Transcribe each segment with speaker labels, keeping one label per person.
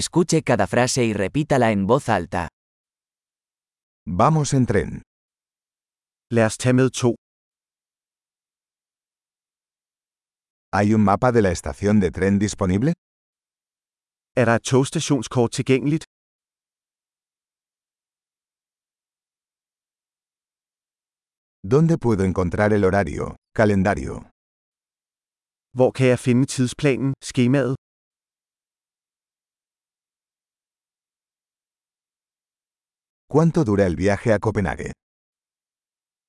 Speaker 1: Escuche cada frase y repítala en voz alta.
Speaker 2: Vamos en tren.
Speaker 3: Lad os tage med to.
Speaker 2: ¿Hay un mapa de la estación de tren disponible?
Speaker 3: Er der et togstationskort tilgængeligt?
Speaker 2: ¿Dónde puedo encontrar el horario, calendario?
Speaker 3: Hvor kan jeg finde tidsplanen, skemaet?
Speaker 2: ¿Cuánto dura el viaje a Copenhague?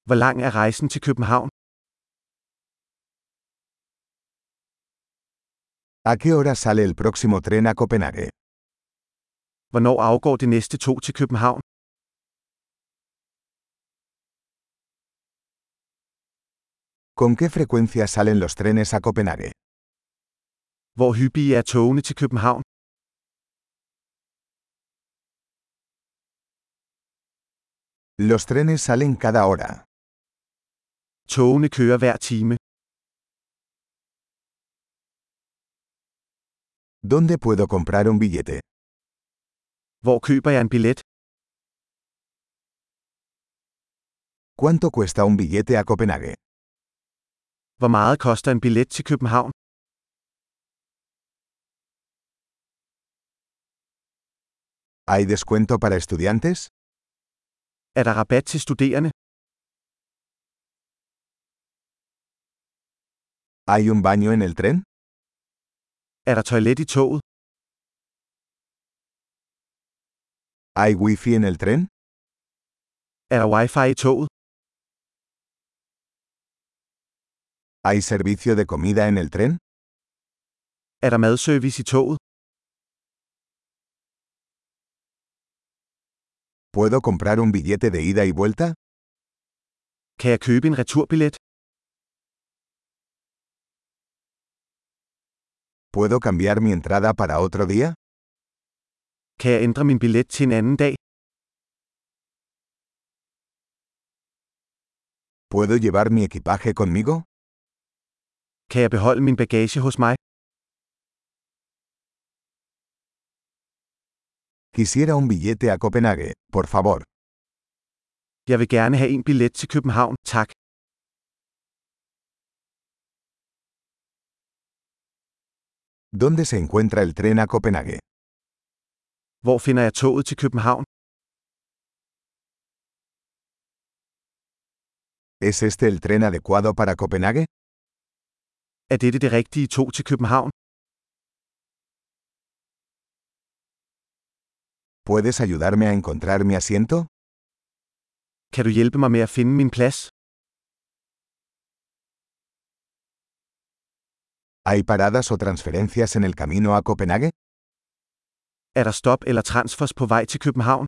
Speaker 3: Hvor lang er rejsen til København?
Speaker 2: ¿A qué hora sale el próximo tren a Copenhague?
Speaker 3: Hvornår afgår det næste tog til København?
Speaker 2: ¿Con qué frecuencia salen los trenes a Copenhague?
Speaker 3: Hvor hyppige er togene til København?
Speaker 2: Los trenes salen cada hora.
Speaker 3: Togene kører hver time.
Speaker 2: ¿Dónde puedo comprar un billete?
Speaker 3: Hvor køber jeg en billet?
Speaker 2: ¿Cuánto cuesta un billete a Copenhague?
Speaker 3: Hvor meget koster en billet til København?
Speaker 2: ¿Hay descuento para estudiantes?
Speaker 3: Er der rabat til studerende?
Speaker 2: ¿Hay un baño en el tren?
Speaker 3: Er der toilet i toget?
Speaker 2: ¿Hay wifi en el tren?
Speaker 3: Er der wifi i toget?
Speaker 2: ¿Hay servicio de comida en el tren?
Speaker 3: Er der madservice i toget?
Speaker 2: ¿Puedo comprar un billete de ida y vuelta?
Speaker 3: Kan jeg købe en returbillet?
Speaker 2: ¿Puedo cambiar mi entrada para otro día?
Speaker 3: Kan jeg ændre min billet til en anden dag?
Speaker 2: ¿Puedo llevar mi equipaje conmigo?
Speaker 3: Kan jeg beholde min bagage hos mig?
Speaker 2: Quisiera un billete a Copenhague, por favor.
Speaker 3: Jeg vil gerne have en billet til København, tak.
Speaker 2: ¿Dónde se encuentra el tren a Copenhague?
Speaker 3: Hvor finder jeg toget til København?
Speaker 2: ¿Es este el tren adecuado para Copenhague?
Speaker 3: Er dette det rigtige tog til København?
Speaker 2: ¿Puedes ayudarme a encontrar mi asiento?
Speaker 3: Kan du hjælpe mig med at finde min plads?
Speaker 2: ¿Hay paradas o transferencias en el camino a Copenhague?
Speaker 3: Er der stop eller transfers på vej til København?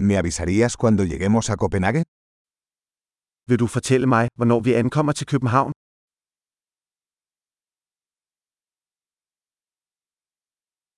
Speaker 2: ¿Me avisarías cuando lleguemos a Copenhague?
Speaker 3: Vil du fortælle mig, hvornår vi ankommer til København?